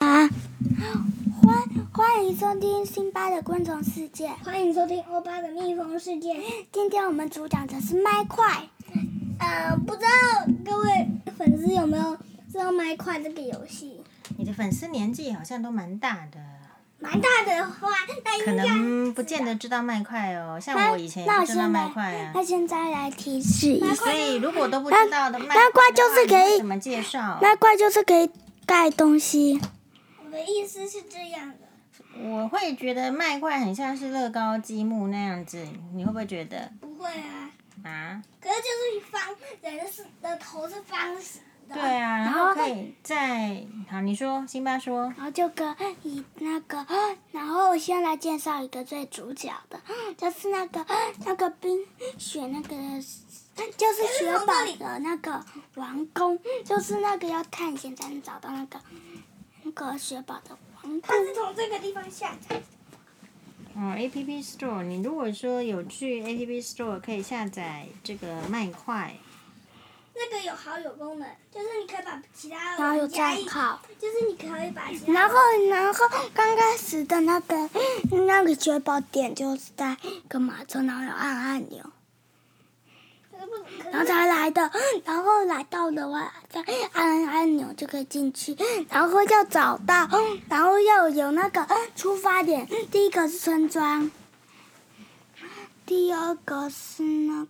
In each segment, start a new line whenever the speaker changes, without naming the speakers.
啊欢迎收听辛巴的昆虫世界。
欢迎收听欧巴的蜜蜂世界。
今天我们主讲的是麦块。
呃，不知道各位粉丝有没有知道麦块这个游戏？
你的粉丝年纪好像都蛮大的，
蛮大的话，那
可
应该
能不见得知道麦块哦。像
那
我以前也
那
不
我
知道
现
麦
在
块啊，
那现在来提示一下，
所以如果都不知道的麦
麦块就是
的话
可以
你会怎么介绍？
麦块就是可以盖东西。
我的意思是这样的。
我会觉得麦块很像是乐高积木那样子，你会不会觉得
不会啊，
啊？
可是就是方人是的头是方形的。
对啊，然
后
后可以在好，你说，辛巴说，
然后就跟以那个， 然后我先来介绍一个最主角的， 就是那个 那个冰雪那个， 就是雪宝的那个王宫， 就是那个要探险才能找到那个那个雪宝的王宫
它。是从这个地方下载。
嗯，A P P Store，你如果说有去 A P P Store 可以下载这个麦块，
那个有好友功能，就是你可以把其他
然后有
人加
账
一，
号，
就是你可以把其他
然后然后刚开始的那个 那个雪宝点就是在一个马车，然后有按按钮。
可是不可
然后
是
才来的，然后来到的话，再按按钮就可以进去，然后要找到，然后要有那个出发点，第一个是村庄，第二个是那，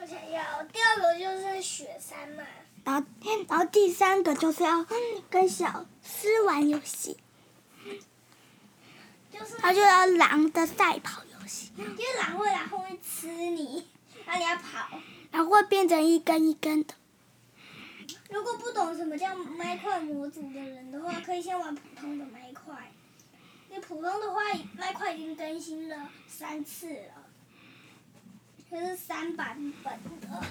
我想要第二个就是雪山嘛。
然后然后第三个就是要跟小狮玩游戏，
就是
它就要狼的赛跑游戏，
因为狼会来后面吃你，然后你要跑。
然后会变成一根一根的。
如果不懂什么叫麦块模组的人的话，可以先玩普通的麦块。因为普通的话，麦块已经更新了三次了，就是三版本的。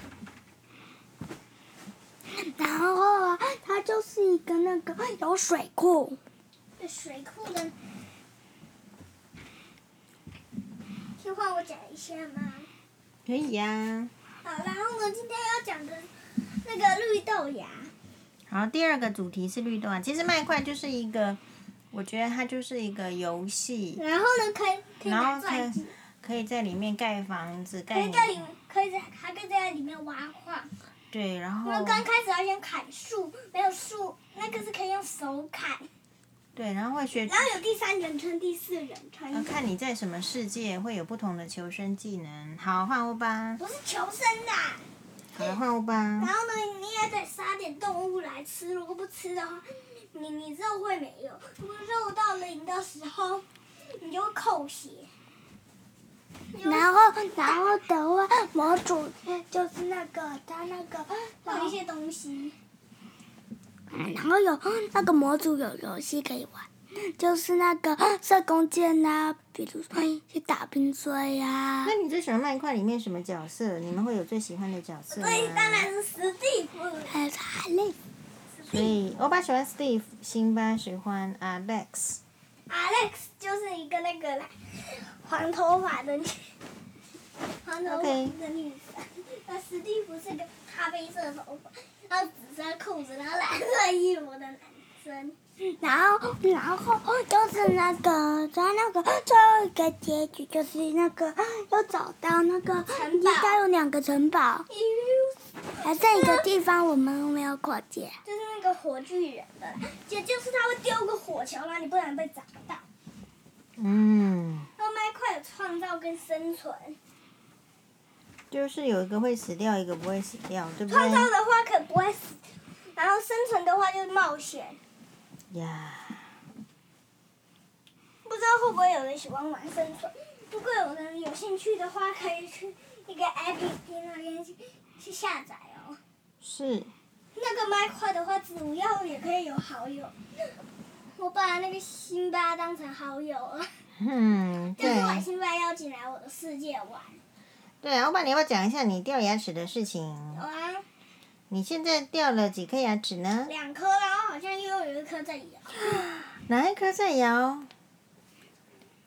然后啊，它就是一个那个有水库，
这水库的，先换我讲一下吗？
可以呀、啊。
好，然后呢，今天要讲的那个绿豆芽，
好，第二个主题是律动啊。其实麦块就是一个，我觉得它就是一个游戏，
然后呢，可以可以
然
拿
后
钻
看
石，
可以在里面盖房子、
可
盖
以在里可以在还可以在里面挖矿。
对，然
然后
后
刚开始要先砍树，没有树，那个是可以用手砍。
对，然后会学
然，后有第三人称、第四人
要
称，
看你在什么世界会有不同的求生技能。好，换欧巴，
不是求生啦。
好了，换欧
然
巴。
后呢，你也得杀点动物来吃，如果不吃的话，你你肉会没有。如果肉到零的时候，你就会扣血。
然后，然后的话，模组就是那个他那个，然
会有一
后
些东西，
然后有那个模组有游戏可以玩，就是那个射弓箭呐、啊比如说去打冰锥啊呀、
那你最喜欢麦块里面什么角色？你们会有最喜欢的角色吗
所？以当然是史蒂夫。
还有还类
所以欧巴喜欢 Steve，辛巴喜欢呃 Alex。
Alex 就是一个那个啦，黄头发的女， 黄头发
OK
的女生。那史蒂夫是个咖啡色头发，然后紫色裤子，然后蓝色衣服的男生。
然后，然后就是那个他那个最后一个结局就是那个要找到那个
城堡
应该有两个城堡，还剩一个地方我们没有扩建。
就是那个火炬人的啦，也就是他会丢个火球，然后你不然被砸到。
嗯，
然后麦块有创造跟生存，
就是有一个会死掉，一个不会死掉，对不
创
对？
造的话可不会死，然后生存的话就是冒险。
呀。
不知道会不会有人喜欢玩生存。如果有人有兴趣的话，可以去那个 APP 那边去去下载哦。
是，
那个麦块的话，主要也可以有好友。我把那个辛巴当成好友了，
嗯，
就是把
对
辛巴邀请来我的世界玩。
对，欧巴，你要不要讲一下你掉牙齿的事情
有？啊，
你现在掉了几颗牙齿呢？
两颗，然后好像又有一颗在摇，
哪一颗在摇？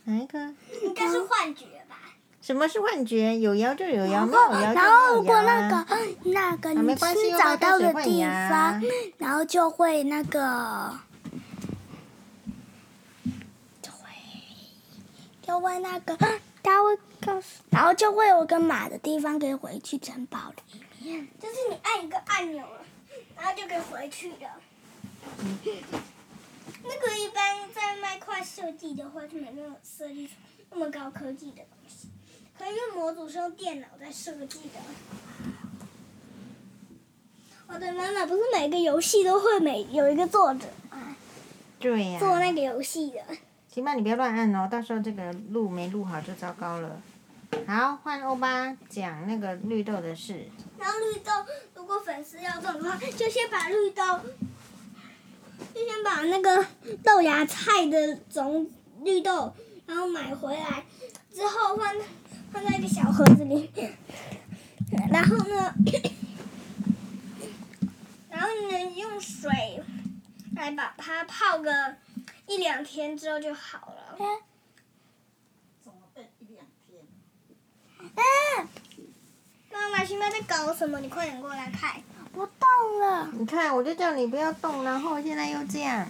哪一颗？
应该是幻觉吧？
什么是幻觉？有摇就有摇，没有摇就没有摇啊。
然后如果那个那个
啊
你
没关系
去
又
找
把
到
开水啊
的
换
地
牙
方，然后就会那个就会就会那个，他会告诉，然后就会有个码的地方可以回去城堡里面。
就是你按一个按钮了，然后就可以回去了。那个一般在麦块设计的话，就没那么设计出那么高科技的东西。可能因为模组是用电脑在设计的。我的妈妈不是每个游戏都会每有一个作者啊，
对呀、
做那个游戏的。
行吧，你不要乱按哦，到时候这个录没录好就糟糕了。好，换欧巴讲那个绿豆的事。
然后绿豆，如果粉丝要种的话，就先把绿豆，就先把那个
呃
豆芽菜的种绿豆，然后买回来，之后放放在一个小盒子里 面，然后呢，然后呢用水来把它泡个一两天之后就好了。
怎么被一两天？
妈妈现在在搞什么？你快点过来看。
不动了，
你看，我就叫你不要动，然后现在又这样。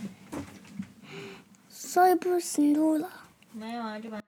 所以不行路了。
没有啊，就把。